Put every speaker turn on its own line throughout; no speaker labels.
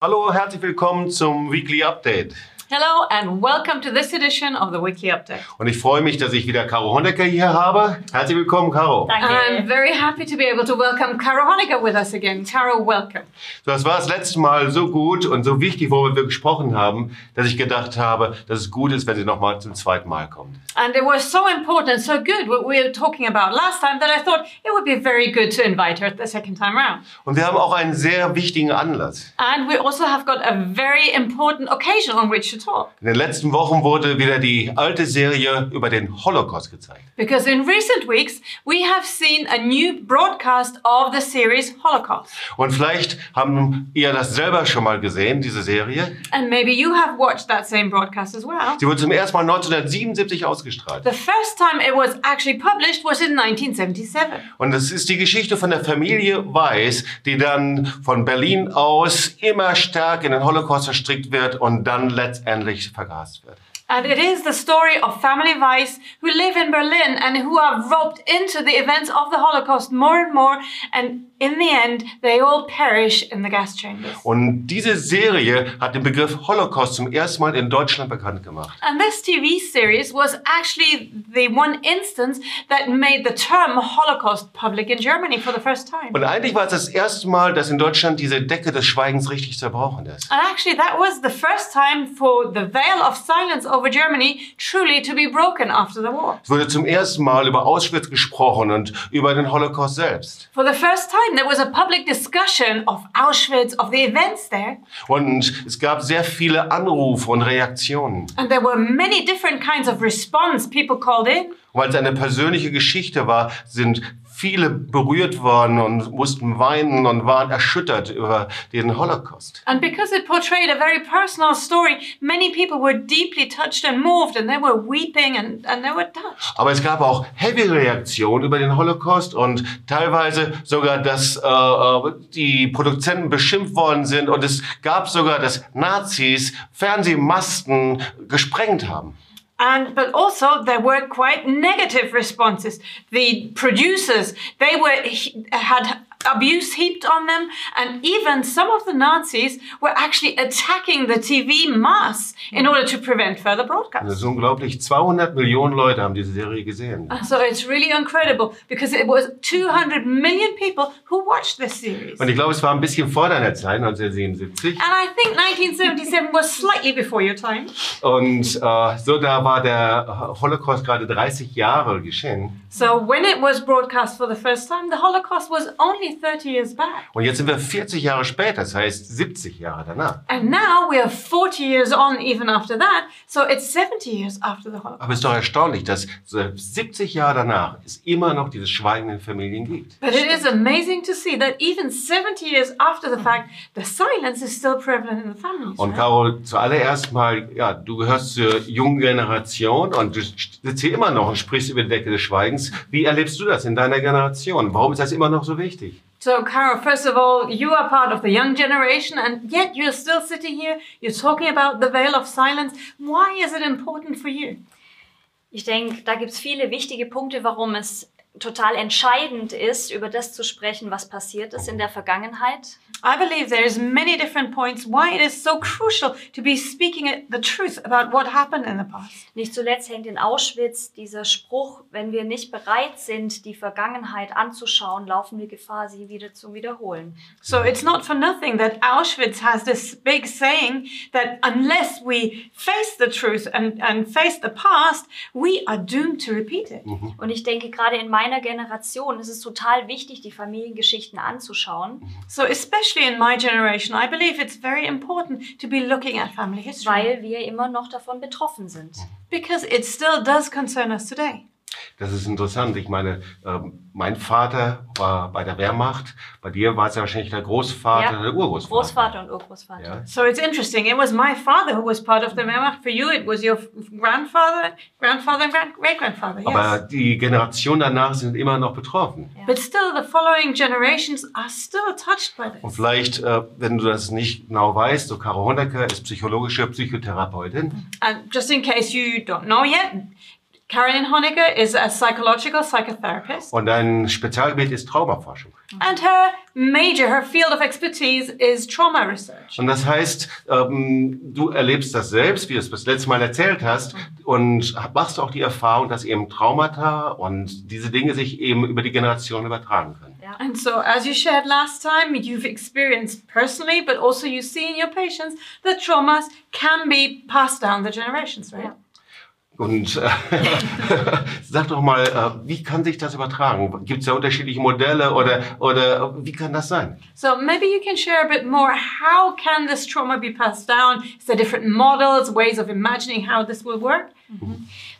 Hallo, herzlich willkommen zum Weekly Update.
Hello and welcome to this edition of the Weekly Update.
Und ich freue mich, dass ich wieder Caro Honecker hier habe. Herzlich willkommen, Caro.
I'm very happy to be able to welcome Caro Honecker with us again. Caro, welcome.
Das war das letzte Mal so gut und so wichtig, worüber wir gesprochen haben, dass ich gedacht habe, dass es gut ist, wenn sie nochmal zum zweiten Mal kommt.
And it was so important, so good what we were talking about last time that I thought it would be very good to invite her the second time round.
Und wir haben auch einen sehr wichtigen Anlass.
And we also have got a very important occasion on which to talk.
In den letzten Wochen wurde wieder die alte Serie über den Holocaust gezeigt.
Because in recent weeks, we have seen a new broadcast of the series Holocaust.
Und vielleicht haben ihr das selber schon mal gesehen, diese Serie.
And maybe you have watched that same broadcast as well.
Sie wurde zum ersten Mal 1977 ausgestrahlt.
The first time it was actually published was in 1977.
Und es ist die Geschichte von der Familie Weiß, die dann von Berlin aus immer stärker in den Holocaust verstrickt wird und dann letztendlich vergast wird.
And it is the story of family Weiss who live in Berlin and who are roped into the events of the Holocaust more and more. And in the end, they all perish in the gas chambers.
Und diese Serie hat den Begriff Holocaust zum ersten Mal in Deutschland bekannt gemacht.
And this TV series was actually the one instance that made the term Holocaust public in Germany for the first time.
Und eigentlich war es das erste Mal, dass in Deutschland diese Decke des Schweigens richtig zerbrochen ist.
And actually, that was the first time for the veil of silence over Germany truly to be broken after the war.
Es wurde zum ersten Mal über Auschwitz gesprochen und über den Holocaust selbst.
For the first time, there was a public discussion of Auschwitz, of the events there,
Und es gab sehr viele Anrufe und Reaktionen.
and there were many different kinds of response people called in.
Und weil es eine persönliche Geschichte war, sind viele berührt worden und mussten weinen und waren erschüttert über den Holocaust.
And because it portrayed a very personal story, many people were deeply touched and moved, and they were weeping and, and they were touched.
Aber es gab auch heavy Reaktionen über den Holocaust und teilweise sogar, dass äh, äh, die Produzenten beschimpft worden sind und es gab sogar, dass Nazis Fernsehmasten gesprengt haben.
And but also there were quite negative responses. The producers they were he- had abuse heaped on them, and even some of the Nazis were actually attacking the TV mass in order to prevent further broadcast.
Das ist unglaublich. 200 Millionen Leute haben diese Serie gesehen.
So "Oh, it's really incredible because it was 200 million people who watched this series.
Und
And
ich glaube, es war ein bisschen vor deiner Zeit, 1977.
I think 1977 was slightly before your time.
Und äh, so, da war der Holocaust gerade 30 Jahre geschehen.
So when it was broadcast for the first time, the Holocaust was only 30 years back.
Und jetzt sind wir 40 Jahre später, das heißt 70 Jahre danach.
And now we are 40 years on even after that. So it's 70 years after the Holocaust.
Aber es ist doch erstaunlich, dass selbst 70 Jahre danach es immer noch dieses Schweigen in Familien gibt.
But it is amazing to see that even 70 years after the fact, the silence is still prevalent in the families.
Und
right?
Caro, zuallererst mal, ja, du gehörst zur jungen Generation und du sitzt hier immer noch und sprichst über die Decke des Schweigens. Wie erlebst du das in deiner Generation? Warum ist das immer noch so wichtig?
So, Carol, first of all, you are part of the young generation, and yet you're still sitting here. You're talking about the veil of silence. Why is it important for you?
Ich denke, da gibt es viele wichtige Punkte, warum es total entscheidend ist, über das zu sprechen, was passiert ist in der Vergangenheit.
I believe there's many different points why it is so crucial to be speaking it- the truth about what happened in the past.
Nicht zuletzt hängt in Auschwitz dieser Spruch, wenn wir nicht bereit sind, die Vergangenheit anzuschauen, laufen wir Gefahr, sie wieder zu wiederholen.
So it's not for nothing that Auschwitz has this big saying that unless we face the truth and, and face the past, we are doomed to repeat it.
Und ich denke, gerade in meiner Generation ist es total wichtig, die Familiengeschichten anzuschauen,
So especially in my generation, I believe it's very important to be looking at family history.
weil wir immer noch davon betroffen sind.
Because it still does concern us today.
Das ist interessant. Ich meine, ähm, mein Vater war bei der Wehrmacht. Bei dir war es ja wahrscheinlich der Großvater,
Ja.
der Urgroßvater.
Großvater und Urgroßvater.
Ja.
So it's interesting. It was my father who was part of the Wehrmacht. For you, it was your f- grandfather, grandfather, and grand- great grandfather. Yes.
Aber die Generation danach sind immer noch betroffen.
but still, the following generations are still touched by
Und
this.
vielleicht, äh, wenn du das nicht genau weißt, so Caro Honecker ist psychologische Psychotherapeutin.
And just in case you don't know yet, Karin Honegger is a psychological psychotherapist,
Und dein Spezialgebiet ist Traumaforschung.
and her major, her field of expertise is trauma research.
Und das heißt, ähm, du erlebst das selbst, wie du es das letzte Mal erzählt hast, und machst auch die Erfahrung, dass eben Traumata und diese Dinge sich eben über die Generation übertragen können.
Ja.
And so, as you shared last time, you've experienced personally, but also you see in your patients that traumas can be passed down the generations, right?
Yeah.
Und äh, sag doch mal, äh, wie kann sich das übertragen? Gibt es da unterschiedliche Modelle oder, oder wie kann das sein?
So maybe you can share a bit more. How can this trauma be passed down? Is there different models, ways of imagining how this will work?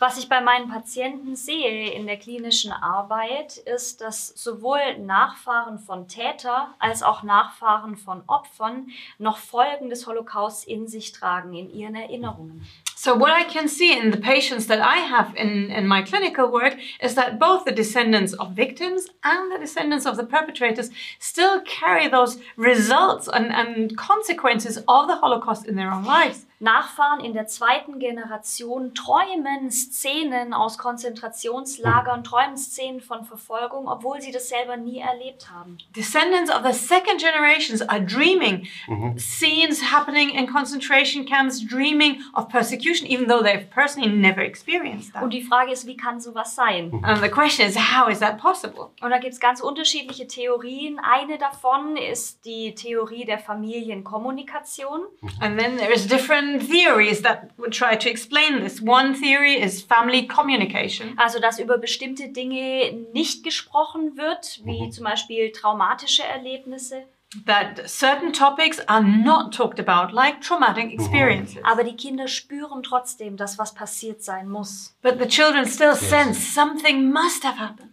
Was ich bei meinen Patienten sehe in der klinischen Arbeit, ist, dass sowohl Nachfahren von Täter als auch Nachfahren von Opfern noch Folgen des Holocaust in sich tragen, in ihren Erinnerungen.
So what I can see in the patients that I have in, in my clinical work is that both the descendants of victims and the descendants of the perpetrators still carry those results and, and consequences of the Holocaust in their own lives.
Nachfahren in der zweiten Generation träumen Szenen aus Konzentrationslagern, träumen Szenen von Verfolgung, obwohl sie das selber nie erlebt haben.
Descendants of the second generations are dreaming scenes happening in concentration camps, dreaming of persecution, even though they've personally never experienced that.
Und die Frage ist, wie kann sowas sein?
And the question is, how is that possible?
Und da gibt es ganz unterschiedliche Theorien. Eine davon ist die Theorie der Familienkommunikation.
And then there is different theories that would try to explain this. One theory is family communication.
Also, dass über bestimmte Dinge nicht gesprochen wird, wie zum Beispiel traumatische Erlebnisse.
That certain topics are not talked about, like traumatic experiences.
Aber die Kinder spüren trotzdem, dass was passiert sein muss.
But the children still sense something must have happened.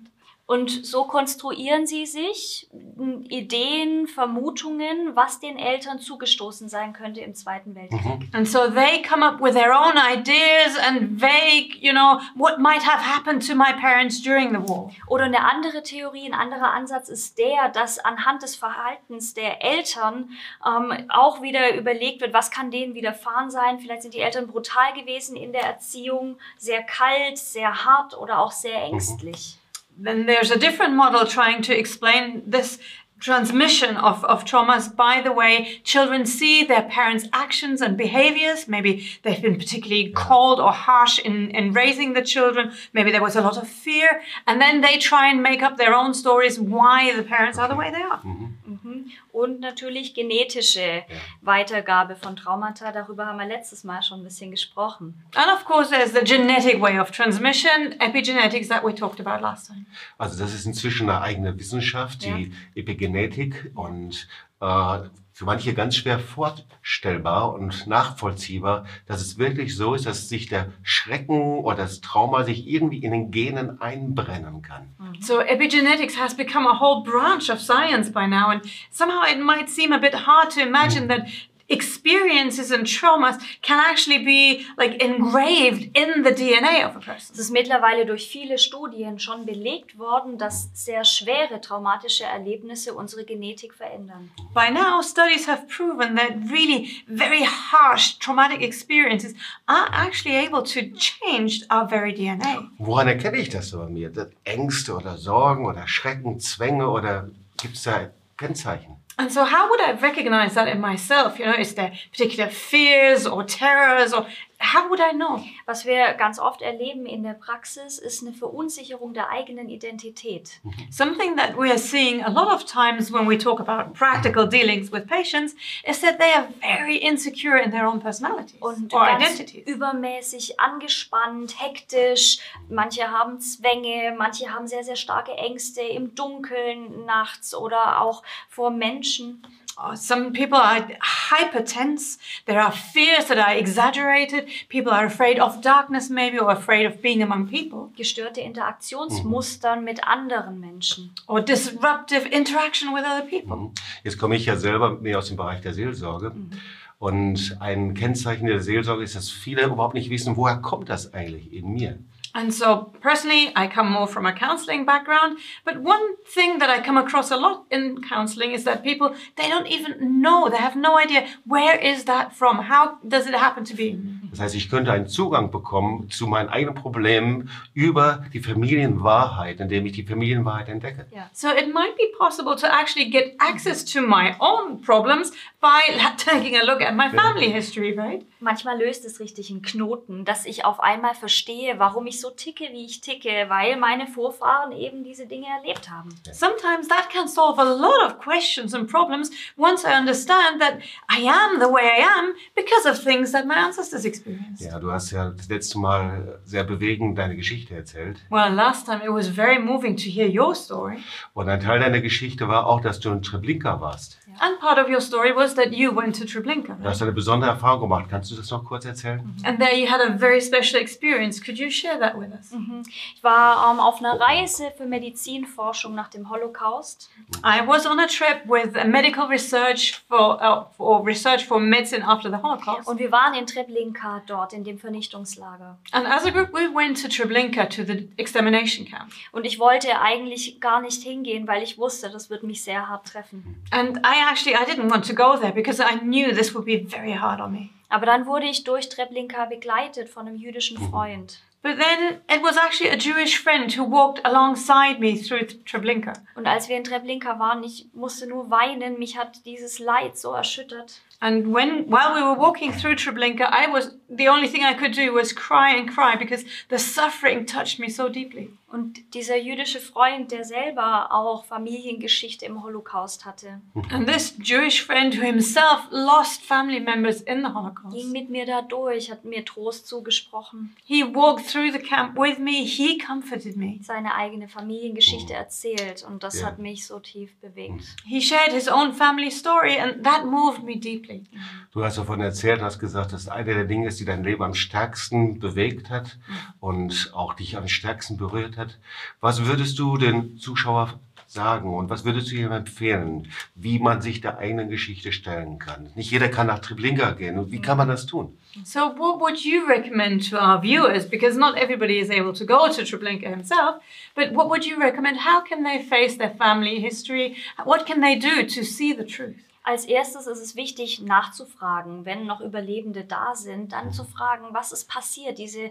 Und so konstruieren sie sich m, Ideen, Vermutungen, was den Eltern zugestoßen sein könnte im Zweiten Weltkrieg.
Mhm.
And so they come up with their own ideas and vague, you know, what might have happened to my parents during the war.
Oder eine andere Theorie, ein anderer Ansatz ist der, dass anhand des Verhaltens der Eltern ähm, auch wieder überlegt wird, was kann denen widerfahren sein. Vielleicht sind die Eltern brutal gewesen in der Erziehung, sehr kalt, sehr hart oder auch sehr ängstlich.
Then there's a different model trying to explain this transmission of, of traumas by the way children see their parents' actions and behaviors. Maybe they've been particularly cold or harsh in, in raising the children. Maybe there was a lot of fear. And then they try and make up their own stories why the parents are the way they are.
Und natürlich genetische Weitergabe von Traumata, darüber haben wir letztes Mal schon ein bisschen gesprochen.
And of course, there's the genetic way of transmission, epigenetics that we talked about last time.
Also das ist inzwischen eine eigene Wissenschaft, die Epigenetik und äh, für manche ganz schwer vorstellbar und nachvollziehbar, dass es wirklich so ist, dass sich der Schrecken oder das Trauma sich irgendwie in den Genen einbrennen kann.
So epigenetics has become a whole branch of science by now, and somehow it might seem a bit hard to imagine that experiences and traumas can actually be like engraved in the DNA of a person.
Es ist mittlerweile durch viele Studien schon belegt worden, dass sehr schwere traumatische Erlebnisse unsere Genetik verändern.
By now, studies have proven that really very harsh traumatic experiences are actually able to change our very DNA.
Woran erkenne ich das so bei mir? Das Ängste oder Sorgen oder Schrecken, Zwänge oder gibt es da Kennzeichen?
And so, how would I recognize that in myself? You know, is there particular fears or terrors, or how would I know?
Was wir ganz oft erleben in der Praxis, ist eine Verunsicherung der eigenen Identität.
Something that we are seeing a lot of times when we talk about practical dealings with patients is that they are very insecure in their own personalities
Und
or
ganz
identities.
übermäßig angespannt, hektisch. Manche haben Zwänge, manche haben sehr, sehr starke Ängste im Dunkeln nachts oder auch vor Menschen.
Or Uh, Some people are hypertense. There are fears that are exaggerated. People are afraid of darkness, maybe, or afraid of being among people,
Gestörte Interaktionsmustern mit anderen Menschen.
or disruptive interaction with other people.
Jetzt komme ich ja selber mehr aus dem Bereich der Seelsorge. Und ein Kennzeichen der Seelsorge ist, dass viele überhaupt nicht wissen, woher kommt das eigentlich in mir?
And so, personally, I come more from a counseling background. But one thing that I come across a lot in counseling is that people, they don't even know, they have no idea where is that from? How does it happen to be?
Das heißt, ich könnte einen Zugang bekommen zu meinen eigenen Problemen über die Familienwahrheit, indem ich die Familienwahrheit entdecke.
Ja.
So it might be possible to actually get access to my own problems by la- taking a look at my family history, right?
Manchmal löst es richtig einen Knoten, dass ich auf einmal verstehe, warum ich so ticke, wie ich ticke, weil meine Vorfahren eben diese Dinge erlebt haben.
Sometimes that can solve a lot of questions and problems once I understand that I am the way I am because of things that my ancestors experienced.
Ja, du hast ja das letzte Mal sehr bewegend deine Geschichte erzählt.
Well, last time it was very moving to hear your story.
Und ein Teil deiner Geschichte war auch, dass du in Treblinka warst.
And part of your story was that you went to Treblinka.
Du hast eine besondere Erfahrung gemacht. Kannst du das noch kurz erzählen?
And there you had a very special experience. Could you share that with us?
Ich war ähm, auf einer Reise für Medizinforschung nach dem Holocaust.
I was on a trip with a medical research for, uh, or research for medicine after the Holocaust.
Und wir waren in Treblinka dort, in dem Vernichtungslager.
And as a group, we went to Treblinka to the extermination camp.
Und ich wollte eigentlich gar nicht hingehen, weil ich wusste, das wird mich sehr hart treffen.
And I actually I didn't want to go there because I knew this would be very hard on me.
Aber dann wurde ich durch Treblinka begleitet von einem jüdischen Freund.
But then it was actually a Jewish friend who walked alongside me through Treblinka.
Und als wir in Treblinka waren, ich musste nur weinen, mich hat dieses Leid so erschüttert.
And when while we were walking through Treblinka, I was the only thing I could do was cry and cry because the suffering touched me so deeply.
Und dieser jüdische Freund, der selber auch Familiengeschichte im Holocaust hatte,
And this Jewish friend who himself lost family members in the Holocaust.
ging mit mir da durch, hat mir Trost zugesprochen,
He walked through the camp with me. He comforted me.
seine eigene Familiengeschichte erzählt und das
Mhm. Ja. Mhm.
hat mich so tief bewegt.
He shared his own family story, and that moved me deeply.
Du hast davon erzählt, hast gesagt, dass eine der Dinge ist, die dein Leben am stärksten bewegt hat und auch dich am stärksten berührt hat. Was würdest du den Zuschauer sagen und was würdest du ihm empfehlen, wie man sich der eigenen Geschichte stellen kann? Nicht jeder kann nach Treblinka gehen. Und wie kann man das tun?
So, what would you recommend to our viewers? Because not everybody is able to go to Treblinka himself, but what would you recommend? How can they face their family history? What can they do to see the truth?
Als erstes ist es wichtig nachzufragen, wenn noch Überlebende da sind,
Mhm.
dann zu fragen, was ist passiert, diese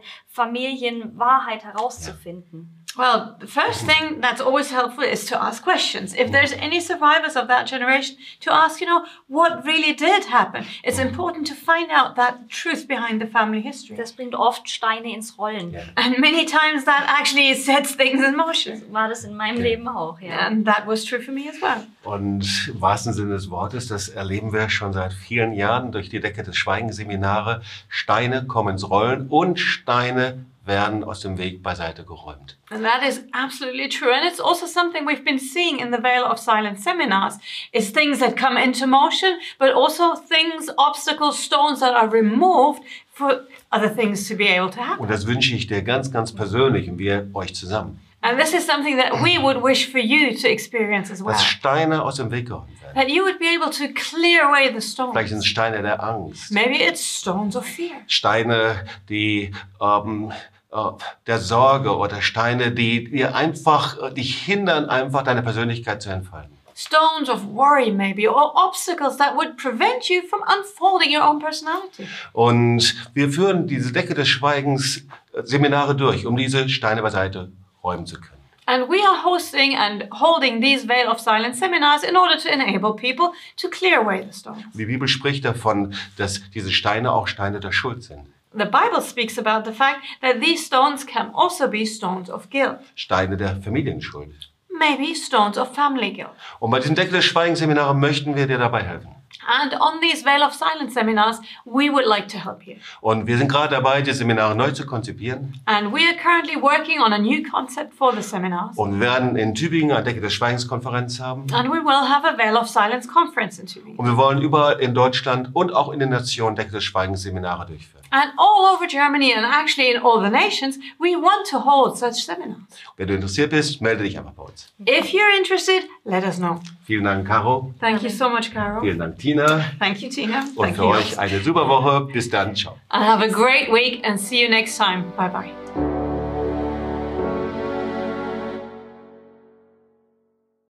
Familienwahrheit herauszufinden.
Well, the first thing that's always helpful is to ask questions. If there's any survivors of that generation, to ask, you know, what really did happen. It's important to find out that truth behind the family history.
Das bringt oft Steine ins Rollen.
Ja.
And many times that actually sets things in motion.
War das in meinem Leben auch, ja.
And that was true for me as well.
Und im wahrsten Sinne des Wortes, das erleben wir schon seit vielen Jahren durch die Decke des Schweigenseminare. Steine kommen ins Rollen und Steine werden aus dem Weg beiseite geräumt.
And that is absolutely true. And it's also something we've been seeing in the Veil of Silence seminars is things that come into motion, but also things, obstacles, stones that are removed for other things to be able to happen.
Und das wünsche ich dir ganz, ganz persönlich und wir euch zusammen,
And this is something that we would wish for you to experience as well.
dass Steine aus dem Weg geräumt werden.
That you would be able to clear away the
Vielleicht sind es
stones.
Steine der Angst,
Maybe it's stones of fear.
Steine, die ähm, äh, der Sorge oder Steine, die dir einfach äh, dich hindern, einfach deine Persönlichkeit zu entfalten.
stones of worry, maybe, or obstacles that would prevent you from unfolding your own personality.
Und wir führen diese Decke des Schweigens äh, Seminare durch, um diese Steine beiseite räumen zu können.
And we are hosting and holding these Veil of Silence seminars in order to enable people to clear away the stones.
Die Bibel spricht davon, dass diese Steine auch Steine der Schuld sind.
The Bible speaks about the fact that these stones can also be stones of guilt,
Steine der Familienschuld.
maybe stones of family guilt.
Und bei diesen Decke des Schweigens Seminare möchten wir dir dabei helfen.
And on these Veil of Silence seminars, we would like to help you.
Und wir sind gerade dabei, die Seminare neu zu konzipieren
And we are currently working on a new concept for the seminars.
und wir werden in Tübingen eine Decke des Schweigens Konferenz haben.
And we will have a Veil of Silence conference in two weeks.
Und wir wollen überall in Deutschland und auch in den Nationen Decke des Schweigens Seminare durchführen.
And all over Germany and actually in all the nations, we want to hold such seminars.
Wenn du interessiert bist, melde dich einfach bei uns.
If you're interested, let us know.
Vielen Dank, Caro.
Thank you so much, Carol.
Vielen Dank, Tina.
Thank you, Tina.
Und
Thank
für
you.
euch eine super Woche. Bis dann. Ciao.
And have a great week and see you next time. Bye bye.